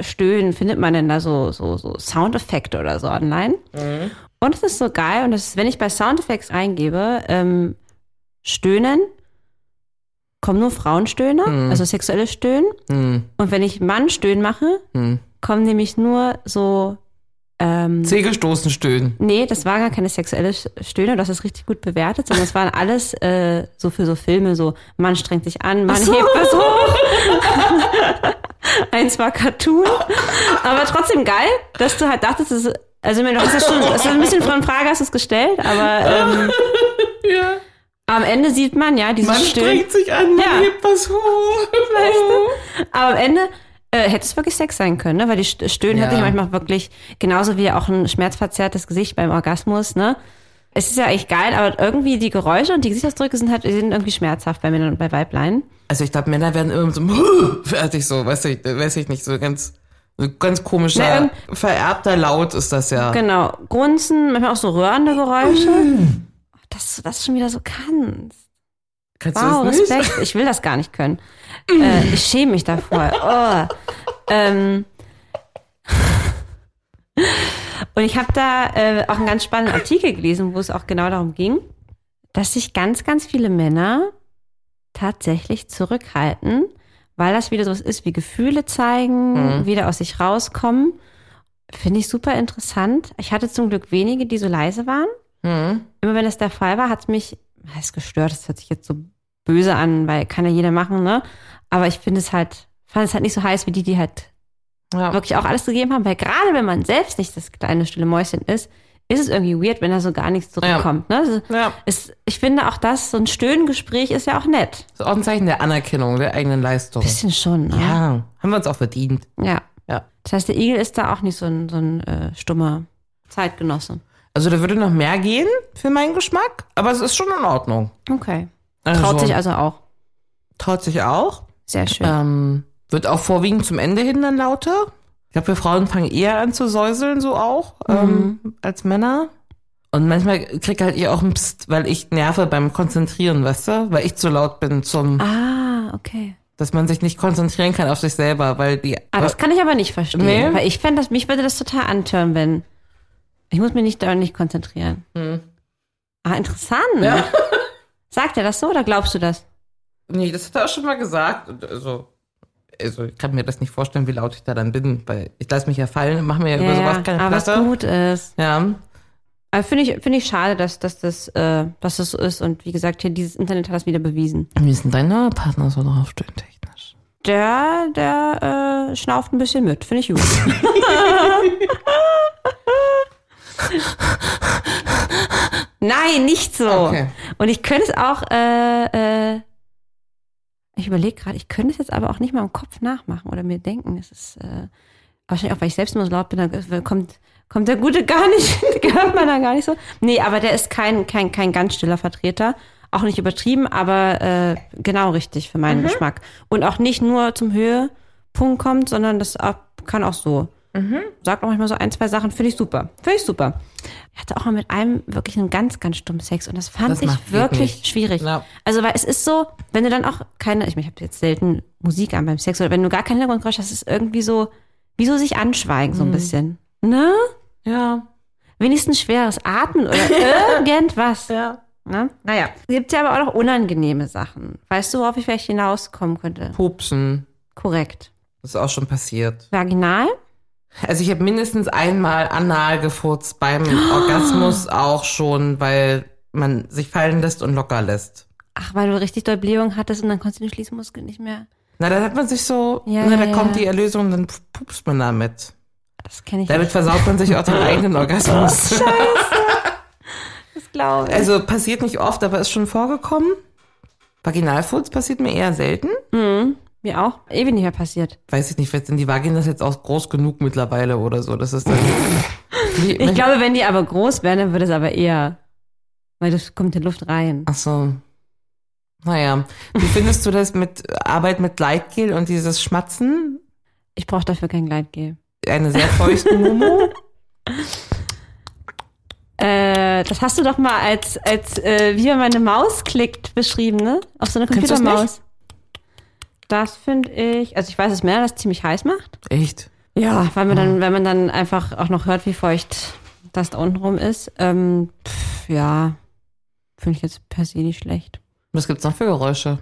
Speaker 2: stöhnen findet man denn da so so so Soundeffekte oder so online? Und es ist so geil und das ist, wenn ich bei Soundeffects eingebe, ähm, stöhnen kommen nur Frauenstöhne, also sexuelle Stöhnen.
Speaker 3: Hm.
Speaker 2: Und wenn ich Mann stöhnen mache,
Speaker 3: Hm.
Speaker 2: kommen nämlich nur so ähm,
Speaker 3: Zähgestoßen stöhnen.
Speaker 2: Nee, das war gar keine sexuelle Stöhne, das ist richtig gut bewertet, sondern das waren alles äh, so für so Filme, so Mann strengt sich an, Mann hebt was hoch. Eins war Cartoon, aber trotzdem geil, dass du halt dachtest, das ist, also ich meine, du hast das schon, das ist ein bisschen von Frage hast du es gestellt, aber ähm,
Speaker 3: Ja.
Speaker 2: am Ende sieht man ja dieses
Speaker 3: Man
Speaker 2: Stöhnen.
Speaker 3: strengt sich an, man
Speaker 2: Ja.
Speaker 3: hebt was hoch.
Speaker 2: Aber am Ende äh, hätte es wirklich Sex sein können, ne? weil die St- Stöhnen
Speaker 3: Ja.
Speaker 2: hört sich manchmal wirklich, genauso wie auch ein schmerzverzerrtes Gesicht beim Orgasmus, ne? Es ist ja echt geil, aber irgendwie die Geräusche und die Gesichtsausdrücke sind halt sind irgendwie schmerzhaft bei Männern und bei Weiblein.
Speaker 3: Also ich glaube, Männer werden immer so "Huh!" fertig so, weiß ich, weiß ich nicht, so ganz, so ganz komischer,
Speaker 2: Nee,
Speaker 3: vererbter Laut ist das ja.
Speaker 2: ähm, Genau, Grunzen, manchmal auch so röhrende Geräusche. Dass du das schon wieder so kannst.
Speaker 3: Kannst
Speaker 2: Wow,
Speaker 3: du das nicht?
Speaker 2: Respekt. Ich will das gar nicht können. äh, ich schäme mich davor. Oh. ähm. Und ich habe da äh, auch einen ganz spannenden Artikel gelesen, wo es auch genau darum ging, dass sich ganz, ganz viele Männer tatsächlich zurückhalten, weil das wieder sowas ist wie Gefühle
Speaker 3: Mhm.
Speaker 2: zeigen, wieder aus sich rauskommen. Finde ich super interessant. Ich hatte zum Glück wenige, die so leise waren
Speaker 3: Hm.
Speaker 2: immer wenn das der Fall war, hat es mich, heißt gestört, das hört sich jetzt so böse an, weil kann ja jeder machen, ne? Aber ich finde es halt, fand es halt nicht so heiß wie die, die halt
Speaker 3: Ja.
Speaker 2: wirklich auch alles gegeben haben, weil gerade wenn man selbst nicht das kleine stille Mäuschen ist, ist es irgendwie weird, wenn da so gar nichts zurückkommt. Ne? Also
Speaker 3: ja.
Speaker 2: Es, ich finde auch das, so ein Stöhngespräch ist ja auch nett.
Speaker 3: Ist auch ein Zeichen der Anerkennung, der eigenen Leistung.
Speaker 2: Bisschen schon,
Speaker 3: ja.
Speaker 2: ne?
Speaker 3: Haben wir uns auch verdient.
Speaker 2: Ja.
Speaker 3: Ja.
Speaker 2: Das heißt, der Igel ist da auch nicht so ein, so ein äh, stummer Zeitgenosse.
Speaker 3: Also da würde noch mehr gehen für meinen Geschmack, aber es ist schon in Ordnung.
Speaker 2: Okay.
Speaker 3: Also,
Speaker 2: Traut sich also auch. Äh.
Speaker 3: traut sich auch.
Speaker 2: Sehr schön.
Speaker 3: Ähm, wird auch vorwiegend zum Ende hin dann lauter. Ich glaube, wir Frauen fangen eher an zu säuseln, so auch, ähm,
Speaker 2: Mhm.
Speaker 3: als Männer. Und manchmal krieg halt ihr auch ein Psst, weil ich nerve beim Konzentrieren, weißt du? Weil ich zu laut bin zum,
Speaker 2: Ah, okay.
Speaker 3: dass man sich nicht konzentrieren kann auf sich selber, weil die, Äh,
Speaker 2: Ah, das kann ich aber nicht verstehen.
Speaker 3: Nee.
Speaker 2: Weil ich fände das, mich würde das total antören, wenn. Ich muss mich nicht da nicht konzentrieren.
Speaker 3: Hm.
Speaker 2: Ah, interessant. Sagt er das so oder glaubst du das?
Speaker 3: nee, das hat er auch schon mal gesagt. Und Also, also, ich kann mir das nicht vorstellen, wie laut ich da dann bin, weil ich lasse mich ja fallen und mache mir ja, über sowas keine
Speaker 2: aber Ah, was
Speaker 3: Platte.
Speaker 2: gut ist.
Speaker 3: Ja,
Speaker 2: Aber Finde ich, finde ich schade, dass, dass, das, äh, dass das so ist. Und wie gesagt, hier dieses Internet hat das wieder bewiesen.
Speaker 3: wie ist denn dein neuer Partner so drauf, technisch?
Speaker 2: Der, der äh, schnauft ein bisschen mit. Finde ich gut. Nein, nicht so.
Speaker 3: Okay.
Speaker 2: Und ich könnte es auch, äh, äh, ich überlege gerade, ich könnte es jetzt aber auch nicht mal im Kopf nachmachen oder mir denken. Es ist äh, wahrscheinlich auch, weil ich selbst immer so laut bin, dann kommt, kommt der Gute gar nicht, gehört man da gar nicht so. Nee, aber der ist kein, kein, kein ganz stiller Vertreter. Auch nicht übertrieben, aber äh, genau richtig für
Speaker 3: Mhm.
Speaker 2: meinen Geschmack. Und auch nicht nur zum Höhepunkt kommt, sondern das ab, kann auch so.
Speaker 3: Mhm.
Speaker 2: Sagt auch manchmal so ein, zwei Sachen, finde ich super. Finde ich super. Ich hatte auch mal mit einem wirklich einen ganz, ganz stummen Sex und das fand
Speaker 3: Das macht
Speaker 2: ich wirklich
Speaker 3: wirklich-
Speaker 2: schwierig.
Speaker 3: Ja.
Speaker 2: Also, weil es ist so, wenn du dann auch keine, ich meine, ich habe jetzt selten Musik an beim Sex oder wenn du gar keinen Hintergrundgeräusch hast, ist es irgendwie so, wie so sich anschweigen,
Speaker 3: Mhm.
Speaker 2: so ein bisschen. Ne?
Speaker 3: Ja.
Speaker 2: wenigstens schweres Atmen oder irgendwas.
Speaker 3: Ja.
Speaker 2: Ne? Naja, es gibt ja aber auch noch unangenehme Sachen. Weißt du, worauf ich vielleicht hinauskommen könnte?
Speaker 3: Pupsen.
Speaker 2: Korrekt.
Speaker 3: Das ist auch schon passiert.
Speaker 2: Vaginal?
Speaker 3: Also ich habe mindestens einmal anal gefurzt beim Orgasmus auch schon, weil man sich fallen lässt und locker lässt.
Speaker 2: Ach, weil du richtig doll Blähung hattest und dann konntest du den Schließmuskel nicht mehr.
Speaker 3: Na, da hat man sich so,
Speaker 2: Ja,
Speaker 3: na,
Speaker 2: ja,
Speaker 3: da
Speaker 2: ja.
Speaker 3: kommt die Erlösung, dann pupst man damit.
Speaker 2: Das kenne ich
Speaker 3: Damit
Speaker 2: nicht.
Speaker 3: versaut man sich auch den eigenen
Speaker 2: Oh,
Speaker 3: Orgasmus.
Speaker 2: Das glaube ich.
Speaker 3: Also passiert nicht oft, aber ist schon vorgekommen. Vaginalfurz passiert mir eher selten.
Speaker 2: Mir auch. Ewig nicht mehr passiert.
Speaker 3: Weiß ich nicht, vielleicht sind die Vaginas jetzt auch groß genug mittlerweile oder so. Das ist dann.
Speaker 2: Ich glaube, wenn die aber groß wären, dann würde es aber eher. Weil das kommt in Luft rein.
Speaker 3: Ach so. Naja. Wie findest du das mit Arbeit mit Gleitgel und dieses Schmatzen?
Speaker 2: Ich brauche dafür kein Gleitgel.
Speaker 3: Eine sehr feuchte Mumu?
Speaker 2: Äh, das hast du doch mal als, als äh, wie man meine Maus klickt, beschrieben, ne? Auf so eine
Speaker 3: Kennst du's
Speaker 2: Computermaus. Das finde ich, also ich weiß, dass Männer das ziemlich heiß macht.
Speaker 3: Echt?
Speaker 2: Ja, weil man dann, wenn man dann einfach auch noch hört, wie feucht das da unten rum ist. Ähm, pff, ja, finde ich jetzt per se nicht schlecht.
Speaker 3: Was gibt's noch für Geräusche?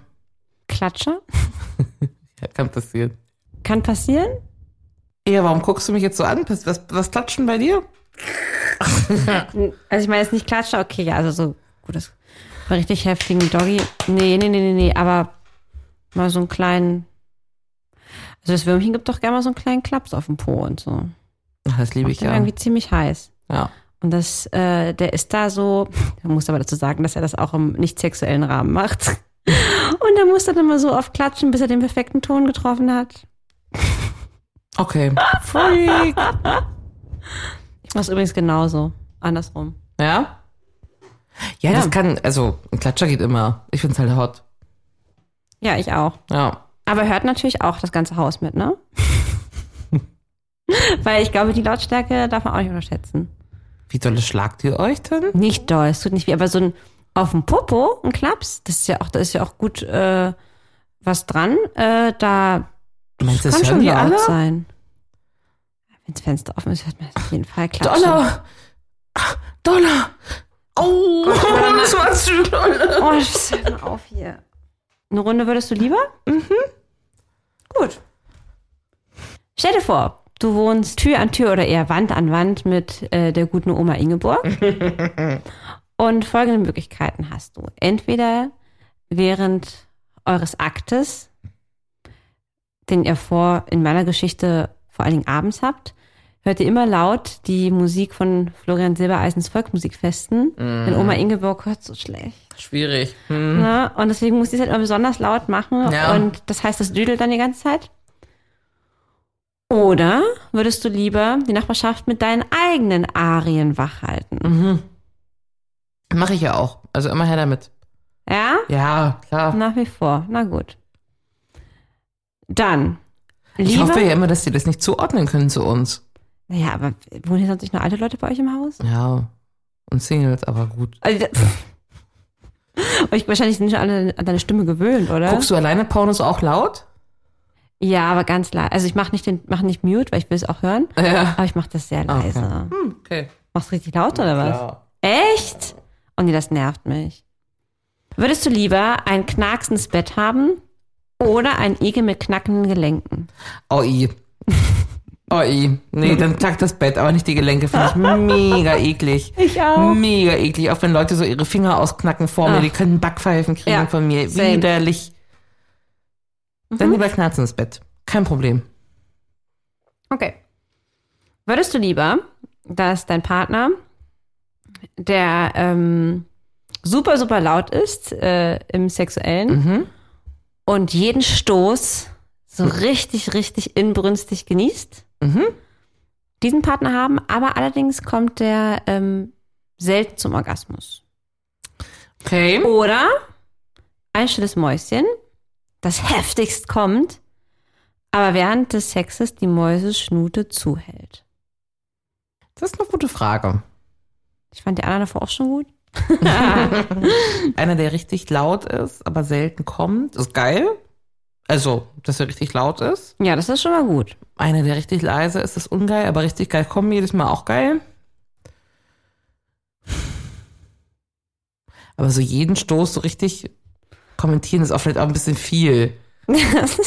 Speaker 2: Klatsche
Speaker 3: Ja, kann passieren.
Speaker 2: kann passieren.
Speaker 3: Ja, warum guckst du mich jetzt so an? Was, was, was klatschen bei dir?
Speaker 2: Also ich meine jetzt nicht Klatsche, okay, ja, also so gut, das war richtig heftigen Doggy. Nee, nee, nee, nee, nee, aber mal so einen kleinen. Also das Würmchen gibt doch gerne mal so einen kleinen Klaps auf den Po und so.
Speaker 3: Ach, das liebe ich
Speaker 2: Der war
Speaker 3: ja.
Speaker 2: irgendwie ziemlich heiß.
Speaker 3: Ja.
Speaker 2: Und das, äh, der ist da so, man muss aber dazu sagen, dass er das auch im nicht sexuellen Rahmen macht. Und er muss dann immer so oft klatschen, bis er den perfekten Ton getroffen hat.
Speaker 3: Okay. Freak.
Speaker 2: Ich mach's übrigens genauso. Andersrum.
Speaker 3: Ja? Ja, das kann, also ein Klatscher geht immer. Ich find's halt hot.
Speaker 2: Ja, ich auch.
Speaker 3: Ja.
Speaker 2: Aber hört natürlich auch das ganze Haus mit, ne? Weil ich glaube, die Lautstärke darf man auch nicht unterschätzen.
Speaker 3: Wie dolle schlagt ihr euch denn?
Speaker 2: Nicht doll, es tut nicht weh, aber so ein auf dem Popo, ein Klaps, das ist ja auch, da ist ja auch gut äh, was dran. Äh, da
Speaker 3: Meinst du,
Speaker 2: kann schon
Speaker 3: das hören die
Speaker 2: laut
Speaker 3: alle?
Speaker 2: sein. Wenns Fenster offen ist, hört man das auf jeden Fall klatschen.
Speaker 3: Dollar! Dollar! Oh, das war zu dolle.
Speaker 2: Oh, das hört mal auf hier. Eine Runde würdest du lieber? Mhm. Gut. Stell dir vor, du wohnst Tür an Tür oder eher Wand an Wand mit äh, der guten Oma Ingeborg. Und folgende Möglichkeiten hast du. Entweder während eures Aktes, den ihr vor in meiner Geschichte vor allen Dingen abends habt, hört ihr immer laut die Musik von Florian Silbereisens Volkmusikfesten. Denn Oma Ingeborg hört so schlecht.
Speaker 3: Schwierig.
Speaker 2: Ne? Und deswegen muss ich es halt immer besonders laut machen.
Speaker 3: Mhm. Ja.
Speaker 2: Und das heißt, das düdelt dann die ganze Zeit. Oder würdest du lieber die Nachbarschaft mit deinen eigenen Arien wachhalten?
Speaker 3: Mhm. Mache ich ja auch. Also immer her damit.
Speaker 2: Ja?
Speaker 3: Ja, klar.
Speaker 2: Nach wie vor. Na gut. Dann.
Speaker 3: Ich
Speaker 2: Lieber.
Speaker 3: hoffe ja immer, dass die das nicht zuordnen können zu uns.
Speaker 2: Naja, aber wohnen hier sonst nicht nur alte Leute bei euch im Haus?
Speaker 3: Ja. Und Singles, aber gut.
Speaker 2: Also, das- euch wahrscheinlich sind schon alle an deine Stimme gewöhnt, oder?
Speaker 3: Guckst du alleine Pornos auch laut?
Speaker 2: Ja, aber ganz leise. Also ich mache nicht den, mach nicht mute, weil ich will es auch hören.
Speaker 3: Ja.
Speaker 2: Aber ich mache das sehr
Speaker 3: Ah, okay.
Speaker 2: leise.
Speaker 3: Okay.
Speaker 2: Machst richtig laut oder was? Echt? Oh nee, das nervt mich. Würdest du lieber ein knarksendes Bett haben oder ein Igel mit knackenden Gelenken?
Speaker 3: Oi. Oi. Nee, dann klackt das Bett, aber nicht die Gelenke. Finde ich mega eklig.
Speaker 2: Ich
Speaker 3: Mega eklig. Auch wenn Leute so ihre Finger ausknacken vor mir,
Speaker 2: Ach.
Speaker 3: die können Backpfeifen kriegen
Speaker 2: Ja,
Speaker 3: von mir.
Speaker 2: same.
Speaker 3: Widerlich. Dann lieber knarzen ins Bett. Kein Problem.
Speaker 2: Okay. Würdest du lieber, dass dein Partner, der ähm, super, super laut ist äh, im Sexuellen und jeden Stoß so richtig, richtig inbrünstig genießt? diesen Partner haben, aber allerdings kommt der ähm, selten zum Orgasmus.
Speaker 3: Okay.
Speaker 2: Oder ein stilles Mäuschen, das heftigst kommt, aber während des Sexes die Mäuseschnute zuhält.
Speaker 3: Das ist eine gute Frage.
Speaker 2: Ich fand die anderen davor auch schon gut.
Speaker 3: Einer, der richtig laut ist, aber selten kommt, ist geil. Also, dass er richtig laut ist.
Speaker 2: Ja, das ist schon mal gut.
Speaker 3: Einer, der richtig leise ist, ist ungeil, aber richtig geil kommen jedes Mal auch geil. Aber so jeden Stoß so richtig kommentieren ist auch vielleicht auch ein bisschen viel.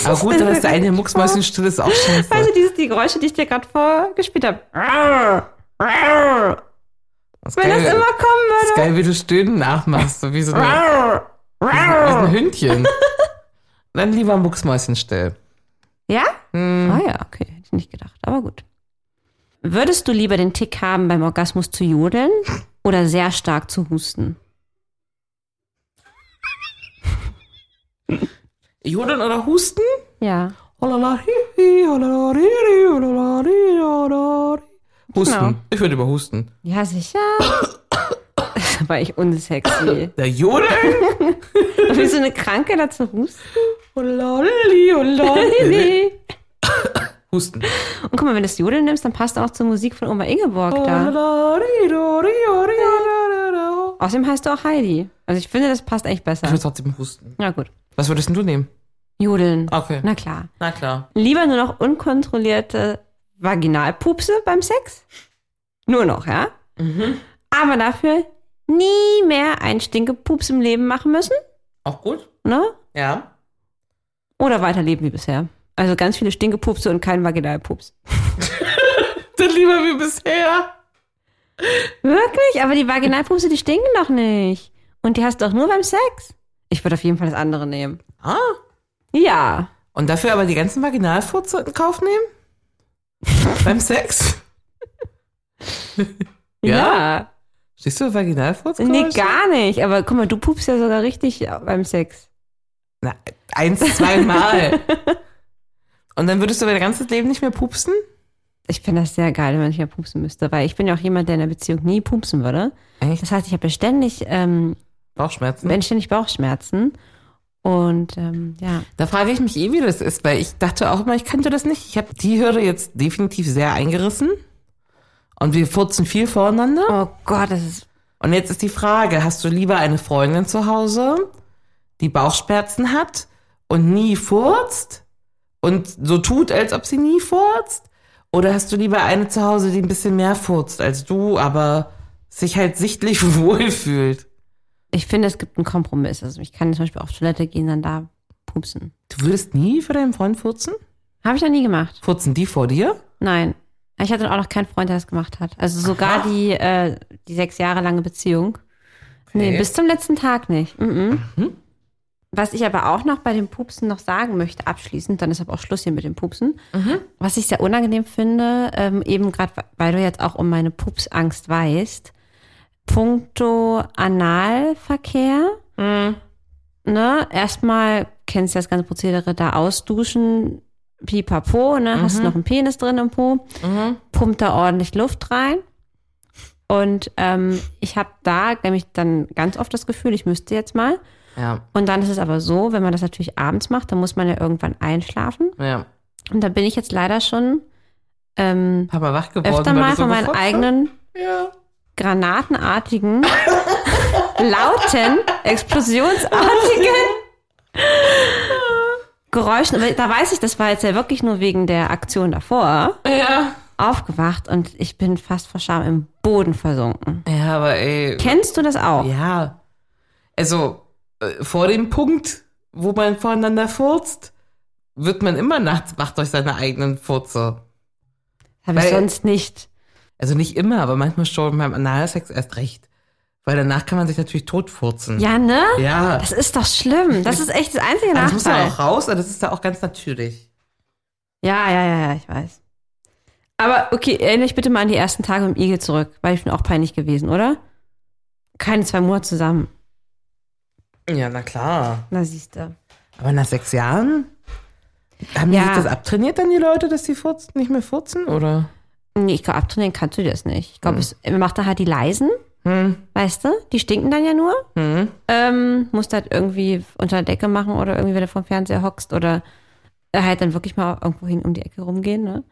Speaker 3: Aber gut, dass der eine Mucksmäuschen still ist, auch
Speaker 2: Weißt
Speaker 3: scheiße.
Speaker 2: du, dieses, die Geräusche, die ich dir gerade vorgespielt habe. Wenn das
Speaker 3: Das ist geil,
Speaker 2: immer kommen
Speaker 3: ist
Speaker 2: würde.
Speaker 3: geil, wie du Stöhnen nachmachst, so wie so eine, wie so wie so ein Hündchen. Dann lieber Mucksmäuschen still.
Speaker 2: Ja?
Speaker 3: Hm.
Speaker 2: Ah ja, okay. Hätte ich nicht gedacht, aber gut. Würdest du lieber den Tick haben, beim Orgasmus zu jodeln oder sehr stark zu husten?
Speaker 3: Jodeln oder Husten?
Speaker 2: Ja.
Speaker 3: Holala, hihi, holala, riri, holala, riri, holala, riri. Husten.
Speaker 2: Genau.
Speaker 3: Ich würde über husten.
Speaker 2: Ja, sicher. Das war ich unsexy.
Speaker 3: Der Jodeln?
Speaker 2: Wie so eine Kranke dazu husten?
Speaker 3: Holala, riri, holala, riri.
Speaker 2: Nee.
Speaker 3: husten.
Speaker 2: Und guck mal, wenn du das Jodeln nimmst, dann passt auch zur Musik von Oma Ingeborg da.
Speaker 3: Holala, riri, riri, riri, riri.
Speaker 2: Außerdem heißt du auch Heidi. Also ich finde, das passt echt
Speaker 3: Ich
Speaker 2: besser.
Speaker 3: würde trotzdem husten.
Speaker 2: Na gut.
Speaker 3: Was würdest denn du nehmen?
Speaker 2: Jodeln.
Speaker 3: Okay.
Speaker 2: Na klar.
Speaker 3: Na klar.
Speaker 2: Lieber nur noch unkontrollierte Vaginalpupse beim Sex? Nur noch, ja? Aber dafür nie mehr einen Stinkepups im Leben machen müssen,
Speaker 3: Auch gut?
Speaker 2: ne?
Speaker 3: Ja.
Speaker 2: Oder weiterleben wie bisher. Also ganz viele Stinkepupse und kein Vaginalpups.
Speaker 3: Dann lieber wie bisher.
Speaker 2: Wirklich? Aber die Vaginalpupse, die stinken doch nicht. Und die hast du doch nur beim Sex. Ich würde auf jeden Fall das andere nehmen.
Speaker 3: Ah.
Speaker 2: Ja.
Speaker 3: Und dafür aber die ganzen Vaginalfurze in Kauf nehmen? Beim Sex?
Speaker 2: Ja.
Speaker 3: Stehst du Vaginalfurze?
Speaker 2: Nee, gar nicht. Aber guck mal, du pupst ja sogar richtig beim Sex.
Speaker 3: Na, eins, zweimal. Und dann würdest du dein ganzes Leben nicht mehr pupsen?
Speaker 2: Ich finde das sehr geil, wenn ich mal pupsen müsste, weil ich bin ja auch jemand, der in einer Beziehung nie pupsen würde.
Speaker 3: Echt?
Speaker 2: Das heißt, ich habe ja ständig, ähm,
Speaker 3: Bauchschmerzen?
Speaker 2: wenn ständig Bauchschmerzen. Und ähm, ja,
Speaker 3: Da frage ich mich eh, wie das ist, weil ich dachte auch immer, ich könnte das nicht. Ich habe die Hürde jetzt definitiv sehr eingerissen. Und wir furzen viel voreinander.
Speaker 2: oh Gott, das ist
Speaker 3: Und jetzt ist die Frage, hast du lieber eine Freundin zu Hause, die Bauchschmerzen hat und nie furzt und so tut, als ob sie nie furzt? Oder hast du lieber eine zu Hause, die ein bisschen mehr furzt als du, aber sich halt sichtlich wohlfühlt?
Speaker 2: ich finde, es gibt einen Kompromiss. Also ich kann zum Beispiel auf Toilette gehen, dann da pupsen.
Speaker 3: Du würdest nie für deinen Freund furzen?
Speaker 2: Habe ich noch nie gemacht.
Speaker 3: Furzen die vor dir?
Speaker 2: Nein. Ich hatte auch noch keinen Freund, der das gemacht hat. Also sogar die, äh, die sechs Jahre lange Beziehung. Nee,
Speaker 3: Okay.
Speaker 2: bis zum letzten Tag nicht. Mhm. Was ich aber auch noch bei den Pupsen noch sagen möchte, abschließend, dann ist aber auch Schluss hier mit den Pupsen. Was ich sehr unangenehm finde, ähm, eben gerade, weil du jetzt auch um meine Pupsangst weißt, puncto Analverkehr, ne, erstmal kennst du das ganze Prozedere da ausduschen, pipapo, ne,
Speaker 3: Mhm.
Speaker 2: hast du noch einen Penis drin im Po, pumpt da ordentlich Luft rein. Und ähm, ich habe da nämlich dann ganz oft das Gefühl, ich müsste jetzt mal.
Speaker 3: Ja,
Speaker 2: Und dann ist es aber so, wenn man das natürlich abends macht, dann muss man ja irgendwann einschlafen.
Speaker 3: ja.
Speaker 2: Und da bin ich jetzt leider schon ähm,
Speaker 3: Papa wach geworden.
Speaker 2: öfter
Speaker 3: weil du
Speaker 2: mal
Speaker 3: so
Speaker 2: von meinen
Speaker 3: gefurzt hast?
Speaker 2: eigenen
Speaker 3: Ja.
Speaker 2: granatenartigen, lauten, explosionsartigen Geräuschen. Aber da weiß ich, das war jetzt ja wirklich nur wegen der Aktion davor.
Speaker 3: Ja.
Speaker 2: Aufgewacht und ich bin fast vor Scham im Boden versunken.
Speaker 3: Ja, aber ey.
Speaker 2: Kennst du das auch?
Speaker 3: Ja. Also äh, vor dem Punkt, wo man voreinander furzt, wird man immer nachts wach durch seine eigenen Furze.
Speaker 2: Habe ich
Speaker 3: Weil-
Speaker 2: sonst nicht.
Speaker 3: Also nicht immer, aber manchmal schon beim Analsex erst recht. Weil danach kann man sich natürlich totfurzen.
Speaker 2: Ja, ne?
Speaker 3: Ja.
Speaker 2: Das ist doch schlimm. Das ist echt das einzige
Speaker 3: Aber das muss ja
Speaker 2: Nachteil.
Speaker 3: auch raus, aber das ist ja auch ganz natürlich.
Speaker 2: Ja, ja, ja, ja, ich weiß. Aber okay, erinnere dich bitte mal an die ersten Tage im Igel zurück, weil ich bin auch peinlich gewesen, oder? Keine zwei Monate zusammen.
Speaker 3: Ja, na klar.
Speaker 2: Na, siehst du.
Speaker 3: Aber nach sechs Jahren haben die
Speaker 2: Ja.
Speaker 3: sich das abtrainiert dann die Leute, dass sie furzen, nicht mehr furzen, oder?
Speaker 2: Nee, ich glaube, abtrainieren kannst du dir das nicht. Ich glaube, es macht da halt die leisen. Weißt du? Die stinken dann ja nur. Ähm, musst halt irgendwie unter der Decke machen oder irgendwie, wenn du vom Fernseher hockst oder halt dann wirklich mal irgendwo hin um die Ecke rumgehen, ne?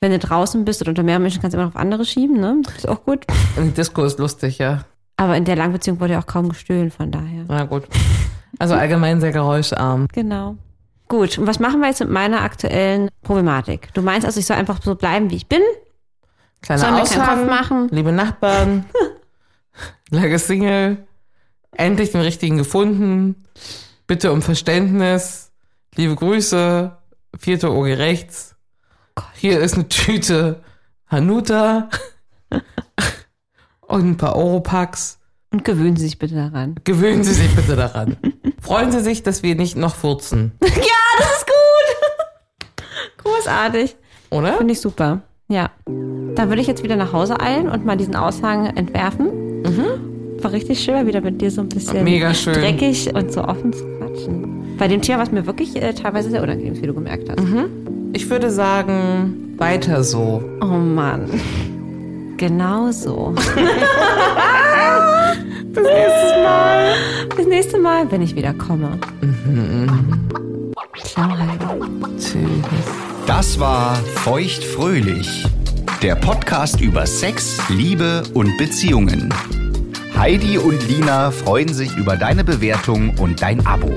Speaker 2: Wenn du draußen bist oder unter mehr Menschen kannst du immer noch auf andere schieben, ne? Das ist auch gut.
Speaker 3: Ein Disco ist lustig, ja.
Speaker 2: Aber in der Langbeziehung wurde ja auch kaum gestöhnt, von daher.
Speaker 3: Na gut. Also allgemein sehr geräuscharm.
Speaker 2: Genau. Gut, und was machen wir jetzt mit meiner aktuellen Problematik? Du meinst also, ich soll einfach so bleiben, wie ich bin? Sollen
Speaker 3: Kleiner
Speaker 2: wir keinen
Speaker 3: Aushang,
Speaker 2: Kopf machen?
Speaker 3: liebe Nachbarn, lange Single, endlich den richtigen gefunden, bitte um Verständnis, liebe Grüße, vierte Ohr rechts,
Speaker 2: Oh
Speaker 3: hier ist eine Tüte Hanuta und ein paar Europacks.
Speaker 2: Und gewöhnen Sie sich bitte daran.
Speaker 3: Gewöhnen Sie sich bitte daran. Freuen Sie sich, dass wir nicht noch furzen,
Speaker 2: ja, das ist gut! Großartig.
Speaker 3: oder?
Speaker 2: Finde ich super. Ja. Dann würde ich jetzt wieder nach Hause eilen und mal diesen Aushang entwerfen. War richtig schön, mal wieder mit dir so ein bisschen
Speaker 3: Mega schön.
Speaker 2: dreckig und so offen zu quatschen. Bei dem Thema war es mir wirklich äh, teilweise sehr unangenehm, wie du gemerkt hast.
Speaker 3: Ich würde sagen, weiter so.
Speaker 2: Oh Mann. Genau so. Bis nächstes Mal. Bis nächstes Mal, wenn ich wieder komme. Mhm. Klar.
Speaker 3: Tschüss.
Speaker 1: Das war Feuchtfröhlich, der Podcast über Sex, Liebe und Beziehungen. Heidi und Lina freuen sich über deine Bewertung und dein Abo.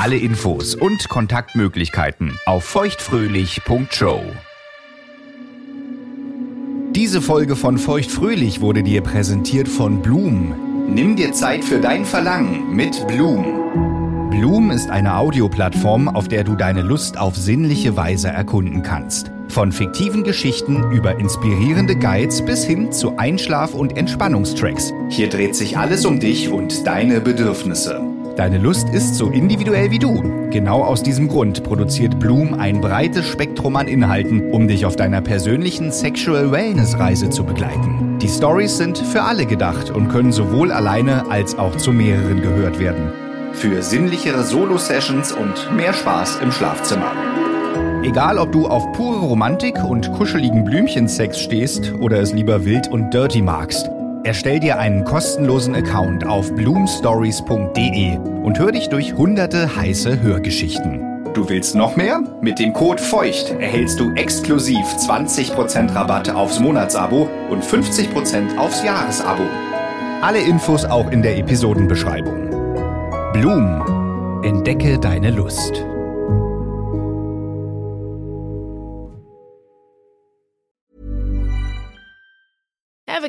Speaker 1: Alle Infos und Kontaktmöglichkeiten auf feuchtfröhlich.show. Diese Folge von Feuchtfröhlich wurde dir präsentiert von Blum. Nimm dir Zeit für dein Verlangen mit Blum. Bloom ist eine Audioplattform, auf der du deine Lust auf sinnliche Weise erkunden kannst. Von fiktiven Geschichten über inspirierende Guides bis hin zu Einschlaf- und Entspannungstracks. Hier dreht sich alles um dich und deine Bedürfnisse. Deine Lust ist so individuell wie du. Genau aus diesem Grund produziert Bloom ein breites Spektrum an Inhalten, um dich auf deiner persönlichen Sexual Wellness Reise zu begleiten. Die Stories sind für alle gedacht und können sowohl alleine als auch zu mehreren gehört werden für sinnlichere Solo-Sessions und mehr Spaß im Schlafzimmer. Egal, ob du auf pure Romantik und kuscheligen Blümchensex stehst oder es lieber wild und dirty magst, erstell dir einen kostenlosen Account auf bloomstories.de und hör dich durch hunderte heiße Hörgeschichten. Du willst noch mehr? Mit dem Code FEUCHT erhältst du exklusiv 20% Rabatt aufs Monatsabo und 50% aufs Jahresabo. Alle Infos auch in der Episodenbeschreibung. Blum. Entdecke deine Lust.
Speaker 4: Ever